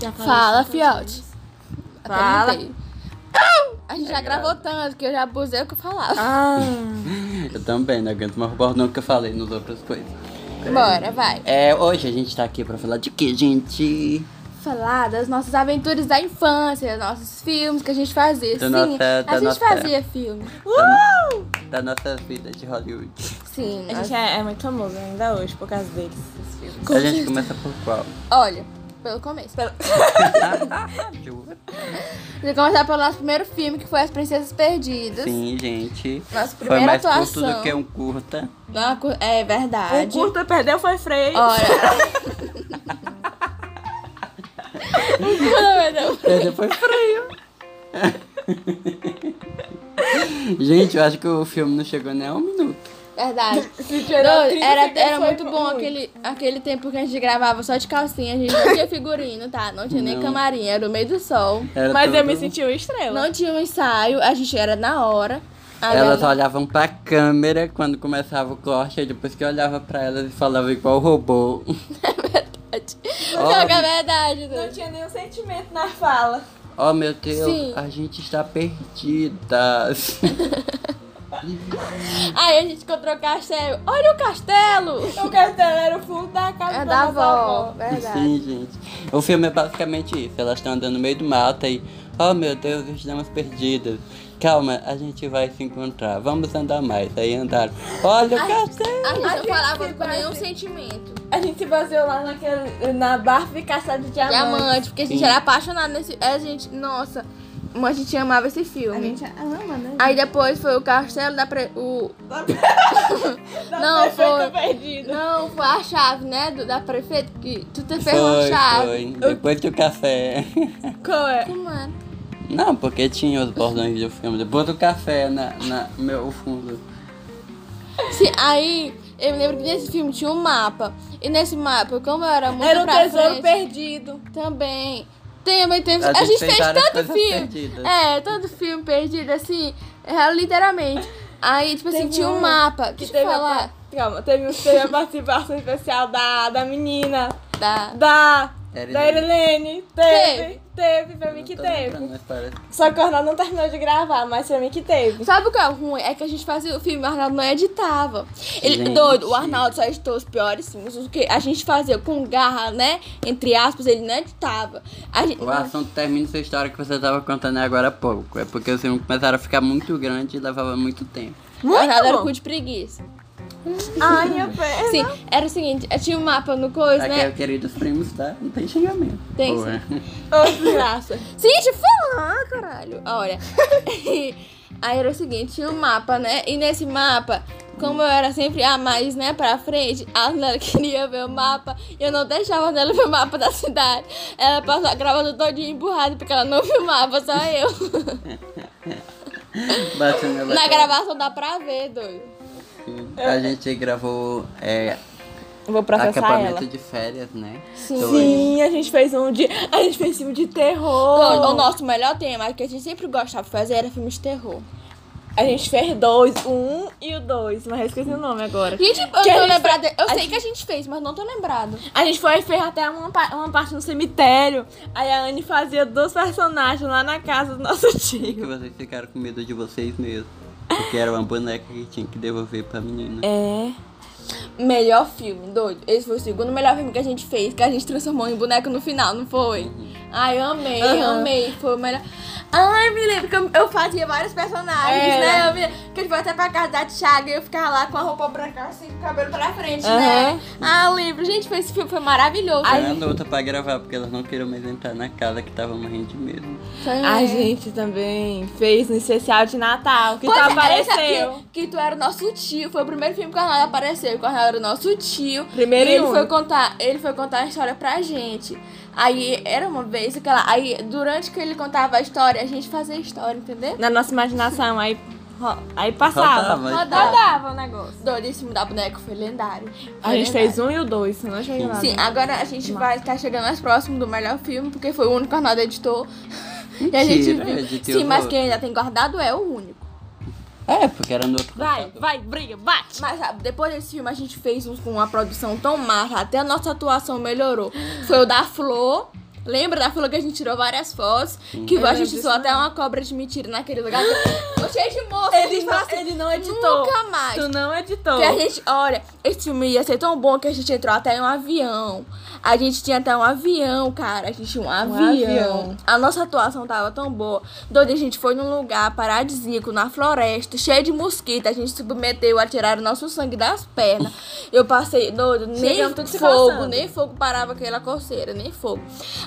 já falei Fala, tantas fiote. vezes. Até Fala. mudei. A gente já grave. gravou tanto que eu já abusei o que eu falava. Ah, Eu também, não aguento mais o bordão que eu falei nas outras coisas. Bora, vai. É, hoje a gente tá aqui pra falar de que, gente? Falar das nossas aventuras da infância, dos nossos filmes que a gente fazia. Da Sim, nossa- da a gente nossa- fazia filme. Da nossa vida de Hollywood. Sim, a nós- gente é, é muito famoso ainda hoje por causa deles, esses filmes. a gente começa por qual? olha, pelo começo. Juro. Vou começar pelo nosso primeiro filme, que foi As Princesas Perdidas. Sim, gente. Nossa Foi primeira mais atuação. curto do que um curta. Não, cu- é O verdade. curta perdeu foi freio. Olha. Não, não. Depois freio. gente, eu acho que o filme não chegou nem a um minuto. Verdade. tirar Não, 30 era segundos era foi muito bom muito. aquele, aquele tempo que a gente gravava só de calcinha. A gente não tinha figurino, tá? Não tinha nem Não. camarim, era no meio do sol. Era Mas eu todo- me senti uma estrela. Não tinha um ensaio, a gente era na hora. A Elas verdade- olhavam pra câmera quando começava o corte, aí depois que eu olhava pra elas e falava igual robô. tá- Joga a verdade, né? Não Dudu. tinha nenhum sentimento na fala. Oh meu Deus, Sim. a gente está perdidas. Aí a gente encontrou o castelo. Olha o castelo! O castelo era o fundo da casa da É da nossa avó, É verdade. Sim, gente. O filme é basicamente isso. Elas estão andando no meio do mato e. Oh meu Deus, estamos perdidas. Calma, a gente vai se encontrar. Vamos andar mais. Aí andaram. Olha o castelo! A gente A não gente falava se com nenhum base- sentimento. A gente se baseou lá naquele, na barba e caçada de diamante. Diamante, porque a gente Sim. era apaixonado nesse. A gente, nossa, a gente amava esse filme. A gente ama, né? Aí depois foi o castelo da pre... o Da Não, prefeita foi- perdida. Não, foi a chave, né? Do, da prefeita que tu te fez uma Foi, chave. foi. Depois do café. Qual é? Mano, Não, porque tinha os bordões do filme. Depois do café na, na meu fundo. se, aí eu me lembro que nesse filme tinha um mapa. E nesse mapa, como eu era muito Era um pra tesouro frente, perdido. também. Também teve, A a, gente gente fez fez várias tanto coisas filme. perdidas. É, tanto filme perdido, assim, é, literalmente. Aí, tipo assim, Teve tinha um um mapa. Que Deixa eu teve falar. A, calma, teve, um teve a participação especial da, da menina, Da... da, Erilene. da Erilene. Teve, teve, pra mim que Tô teve. lembrando, mas parece- Só que o Arnaldo não terminou de gravar, mas pra mim que teve. Sabe o que é ruim? É que a gente fazia o filme, o Arnaldo não editava. Ele, Gente. doido, o Arnaldo só editou os piores filmes. O que a gente fazia com garra, né? Entre aspas, ele não editava. A gente, O assunto termina essa história que você tava contando agora há pouco. É porque os filmes começaram a ficar muito grande e levava muito tempo. o Arnaldo era bom. cu de preguiça. Ai, Ah, minha perna. Sim, era o seguinte, tinha um mapa no coisa, Aqui é né? o querido primos, tá? Não tem xingamento. Tem, Porra. Ô, desgraça. Seguinte, falar, Ah, caralho. Olha. Aí era o seguinte, tinha um mapa, né? E nesse mapa, como eu era sempre a mais, né, pra frente, a Nela queria ver o mapa e eu não deixava ela ver o mapa da cidade. Ela passou a gravando todinha emburrada porque ela não viu o mapa, só eu. Bateu nela Na com- gravação dá pra ver, doido. A gente gravou é, Vou processar acampamento ela. de férias, né? Sim. Dois. Sim, a gente fez um de. A gente fez filme de terror. O, o nosso melhor tema que a gente sempre gostava de fazer era filmes de terror. A gente fez dois, o um e o dois, mas eu esqueci o nome agora. Gente, eu Que a tô gente lembrada. Eu a sei que a gente fez, mas não tô lembrado. A gente foi fez até uma, pa- uma parte no cemitério. Aí a Anne fazia dois personagens lá na casa do nosso Que tio. vocês ficaram com medo de vocês mesmos. Porque era uma boneca que tinha que devolver pra menina. É. Melhor filme, doido. Esse foi o segundo melhor filme que a gente fez, que a gente transformou em boneco no final, não foi? Ai, eu amei, eu Aham. amei. Foi o melhor. Ai, me lembro que eu, eu fazia vários personagens, Era. né? Eu me lembro que a gente foi até pra casa da Thiago e eu ficava lá com a roupa branca, assim, com o cabelo pra frente, né? Aham. Ah, eu lembro. Gente, foi, esse filme foi maravilhoso. Era luta pra gravar, porque elas não queriam mais entrar na casa que tava morrendo de medo. A gente também fez um especial de Natal que Pois tá é, esse apareceu. aqui, que tu era o nosso tio. Foi o primeiro filme que o Arnaldo apareceu. Que o Arnaldo era o nosso tio. Primeiro um. e e ele foi único. contar, ele foi contar a história pra gente. Aí era uma vez aquela. Aí durante que ele contava a história, a gente fazia a história, entendeu? Na nossa imaginação, aí, ro- aí passava. Rodava, Rodava. tá. Rodava o negócio. Doido, esse filme da boneca foi lendário. Foi A gente lendário. fez um e o dois, se não cheguei lá. Sim, agora a gente vai estar chegando mais próximo do melhor filme, porque foi o único que o Arnaldo editou. e a gente Mentira, viu. editei Sim, os mas outros. quem ainda tem guardado é o único. É, porque era no outro Vai, lado. vai, briga, bate. Mas sabe, depois desse filme a gente fez um- com uma produção tão massa, até a nossa atuação melhorou. Foi o da Flor, Lembra da fila que a gente tirou várias fotos? Que a gente usou até uma cobra de mentira naquele lugar. é Cheio de moço. Ele a gente não- fala assim, ele não editou. Nunca mais. Tu não editou. Que a gente, olha, esse filme ia ser tão bom que a gente entrou até em um avião. A gente tinha até um avião, cara. A gente tinha um avião. avião. A nossa atuação tava tão boa. Doida, a gente foi num lugar paradisíaco, na floresta, cheio de mosquito. A gente submeteu, atiraram nosso sangue das pernas. Eu passei, doido, nem Chegamos tudo se fogo, coçando. nem fogo parava aquela coceira, nem fogo.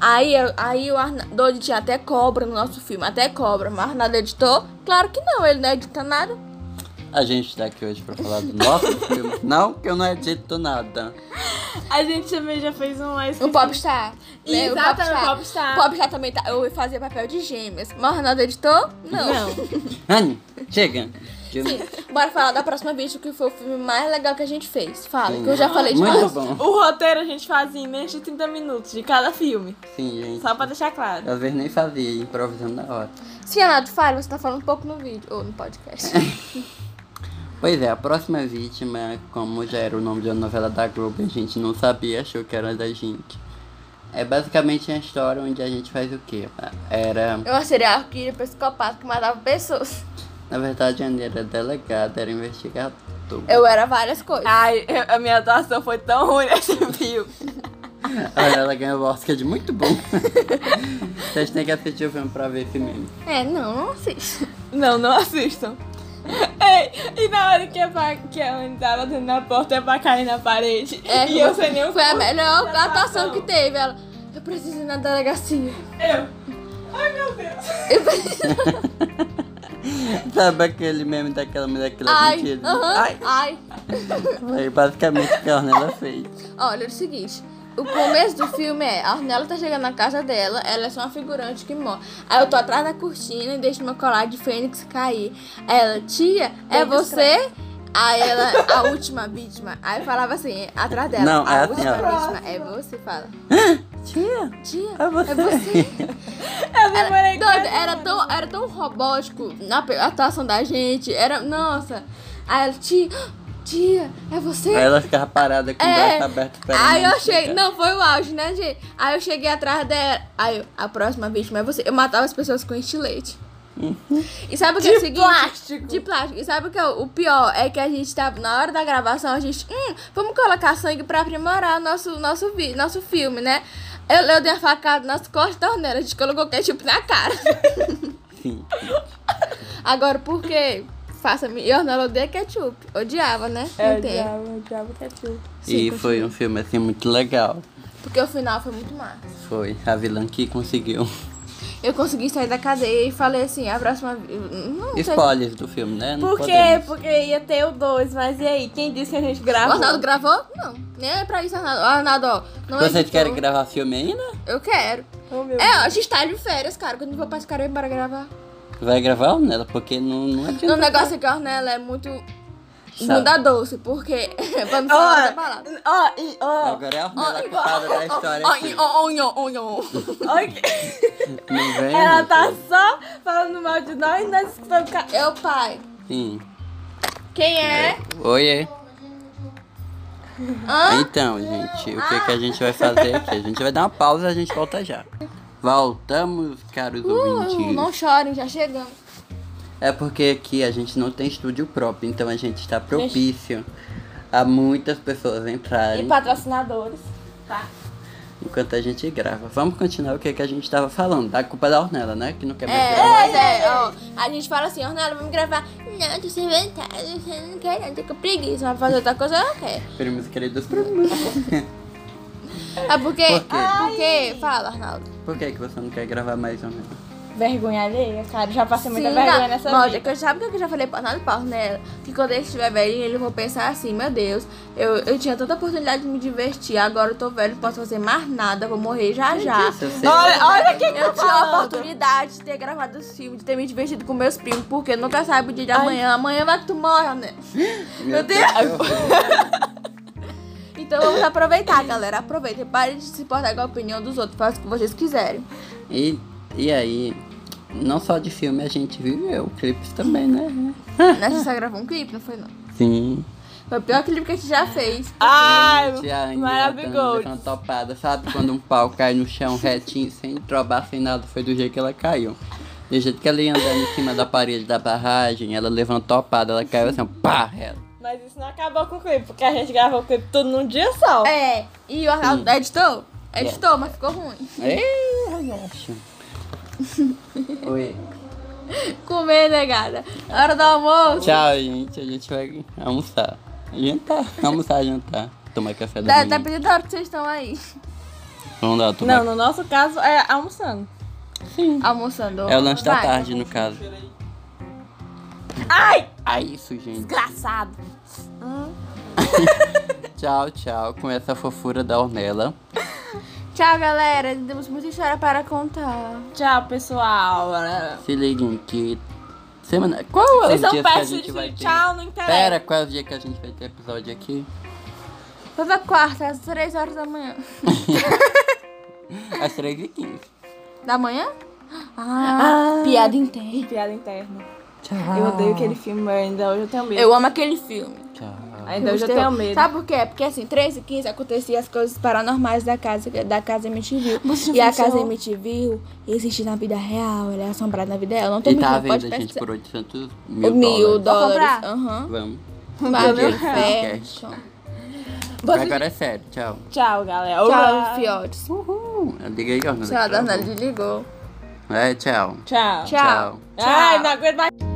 Aí, eu- aí o Arnaldo doido, tinha até cobra no nosso filme, até cobra. Mas o Arnaldo editou? Claro que não, ele não edita nada. A gente tá aqui hoje pra falar do nosso filme. Não, que eu não edito nada. A gente também já fez um mais. Um popstar. né? Um Exatamente, popstar. popstar. Popstar também tá. Eu fazia papel de gêmeas. Mas o Ronaldo editou? Não. Anne, chega. Que- Sim. Bora falar da próxima vídeo, que foi o filme mais legal que a gente fez. Fala, que eu já falei demais. Muito bom. O roteiro a gente fazia em menos de 30 minutos de cada filme. Sim, gente. Só pra deixar claro. Às vezes nem fazia, improvisando na hora. Sim, Ronaldo, fala, você tá falando um pouco no vídeo, ou no podcast. Pois é, a próxima vítima, como já era o nome da novela da Globo, a gente não sabia, achou que era da gente. É basicamente uma história onde a gente faz o quê? Era. Eu uma serial killer psicopata que matava pessoas. Na verdade, a Ana era delegada, era investigadora. Eu era várias coisas. Ai, eu- a minha atuação foi tão ruim nesse filme. Olha, ela ganhou o Oscar de muito bom. Vocês têm que assistir o filme pra ver esse meme. É, não, não assisto. Não, não assistam. Ei, e na hora que a, pa- que a Anne tava dando na porta, eu pra cair na parede. É, e eu sem nem o Foi a cu. melhor da atuação atuação. que teve. Ela, eu preciso ir na delegacia. Eu. Ai, meu Deus. Eu preciso... É Sabe aquele meme daquela mulher que ela Ai, mentira? aham, Ai, ai. foi basicamente o que a Ornella fez. Olha, é o seguinte. O começo do filme é, a Ornella tá chegando na casa dela, ela é só uma figurante que morre. Aí eu tô atrás da cortina e deixo meu colar de fênix cair. Aí Ela, tia, Bem é você? Aí ela, a última vítima. Aí falava assim, atrás dela, Não, a é assim, última ó. vítima é você, fala. Tia, Tia, é você. é você. Eu demorei Doido, quase era tão, era tão robótico na pe- atuação da gente. Era, nossa. Aí ela, tia, tia, é você? Aí ela ficava parada com o É. braço tá aberto esperando. Aí eu ela achei. chegar. Não, foi o auge, né, gente? Aí eu cheguei atrás dela. Aí eu, a próxima vítima é você. Eu matava as pessoas com estilete. E sabe o que é o seguinte? plástico. De plástico. E sabe o que é o o pior? É que a gente tava. Na hora da gravação, a gente. Hum, vamos colocar sangue pra aprimorar o nosso, nosso, vi- nosso filme, né? Eu, eu dei a facada nas costas da Ornella. A gente colocou ketchup na cara. Sim. Agora, por quê? Faça-me. E a Ornella odeia ketchup. Odiava, né? É, Não tem. diabo, diabo que é tu. Sim, e foi um filme assim muito legal. Porque o final foi muito massa. Foi a vilã que conseguiu. Eu consegui sair da cadeia e falei assim, a próxima. Não sei. Spoilers do filme, né? Não Por quê? podemos. Porque ia ter o 2, mas e aí? Quem disse que a gente O gravou? Arnaldo gravou? Não. Nem é pra isso, Arnaldo. Ó, Arnaldo, ó. Não Vocês editou. querem gravar filme ainda? Eu quero. Oh, meu É, ó, a gente tá de férias, cara. Quando eu vou pra esse cara, para gravar. Vai gravar ou nela? Porque não, não O adianta. negócio é que a Ornella é muito. Sabe. Bunda doce, porque. Vamos Ó, falar da palavra. ó, e- ó, Agora é a Ornella culpada da história aqui. Ó, ó, ó, ó, ó, ó. ó, que- Não vem? Ela meu tá filho. só falando mal de nós e nós escutando. ca- Eu, É pai. Sim. Quem é? Oiê. Hã? Então, gente, o que, que a gente vai fazer aqui? A gente vai dar uma pausa e a gente volta já. Voltamos, caros Uh, ouvintes. não chorem, já chegamos. É porque aqui a gente não tem estúdio próprio, então a gente está propício a muitas pessoas E entrarem patrocinadores. Tá. enquanto a gente grava. Vamos continuar o que, que a gente estava falando. Da culpa da Ornella, né? Que não quer mais É, gravar. pois é, ó. A gente fala assim, Ornella, vamos gravar. Não, tô sem vontade, você não quer, não, tô com preguiça, mas fazer outra coisa eu não quero. Primos queridos, primos. É porque. Por quê? Porque. Fala, Arnaldo. Por que, que você não quer gravar mais, Ornella? Vergonha alheia, cara. Eu Já passei muita Sim, vergonha não. nessa Não, vida. é que eu- sabe o que eu já falei pra Arnaldo e pra Ornella? Que quando ele estiver velhinho, ele vai pensar assim: meu Deus, eu, eu tinha tanta oportunidade de me divertir, agora eu tô velho, não posso fazer mais nada, vou morrer já já. Isso, eu sei. Olha, olha quem tá Eu tive a falando. oportunidade de ter gravado os filmes, de ter me divertido com meus primos, porque nunca sabe o dia de amanhã. Amanhã vai né? que tu morre, Ornella. Meu Deus. Então vamos aproveitar, galera. Aproveitem. Parem de se importar com a opinião dos outros. Façam o que vocês quiserem. E, e aí, não só de filme a gente viveu, clipes também, né? Nessa só gravou um clipe, não foi não. Sim. Foi o pior clipe que a gente já fez. Ai, Gente, a tá Anitta maravilhoso. dando topada. Sabe quando um pau cai no chão retinho, sem trobar, sem nada? Foi do jeito que ela caiu. Do jeito que ela ia andando em cima da parede da barragem, ela levantou a topada, ela caiu assim, pá! Ela. Mas isso não acabou com o clipe, porque a gente gravou o clipe tudo num dia só. É, e o Arnaldo Hum. editou? Editou, mas ficou ruim. Ei, ai, acho. Oi. Comer, negada. né, Hora do almoço. Tchau, gente. A gente vai almoçar. Jantar. Almoçar, jantar. Tomar café da Tá, manhã. tá pedindo a hora que vocês estão aí. Vamos lá, tomar. Não, no nosso caso é almoçando. Almoçando. É o lanche da Vai. tarde, no caso. Ai! É isso, gente. Desgraçado. Tchau, tchau. Com essa fofura da Ornella. Tchau, galera. Temos muita história para contar. Tchau, pessoal. Se liguem que. Semana. Qual é o Vocês são dia que a gente péssimos de vai ter? tchau, não interessa. Pera, qual é o dia que a gente vai ter episódio aqui? Toda quarta, às 3 horas da manhã. Às 3h15. Da manhã? Ah, piada interna. Piada interna. Tchau. Eu odeio aquele filme, eu ainda hoje eu tenho medo. Ah. Eu amo aquele filme. Tchau. Ainda hoje eu Gostei. tenho medo. Sabe por quê? Porque assim, 13 e 15 acontecia as coisas paranormais da casa, da casa MTV. Você já e a pensou? casa MTV existe na vida real, ela é assombrada na vida real. Não tô E tá à mentindo, pode venda, gente, pesquisar. por 800 mil, Mil, dólares. dólares. comprar? Aham. Vamos. Vai Meu pro Deus. inferno. Você- Agora é sério, tchau. Tchau, galera. Tchau, fiotes. Uhul. Liga aí, Ornella. Sei lá, a Dona ligou. né? É, tchau. Tchau. Tchau. Tchau. Ai, não aguento mais.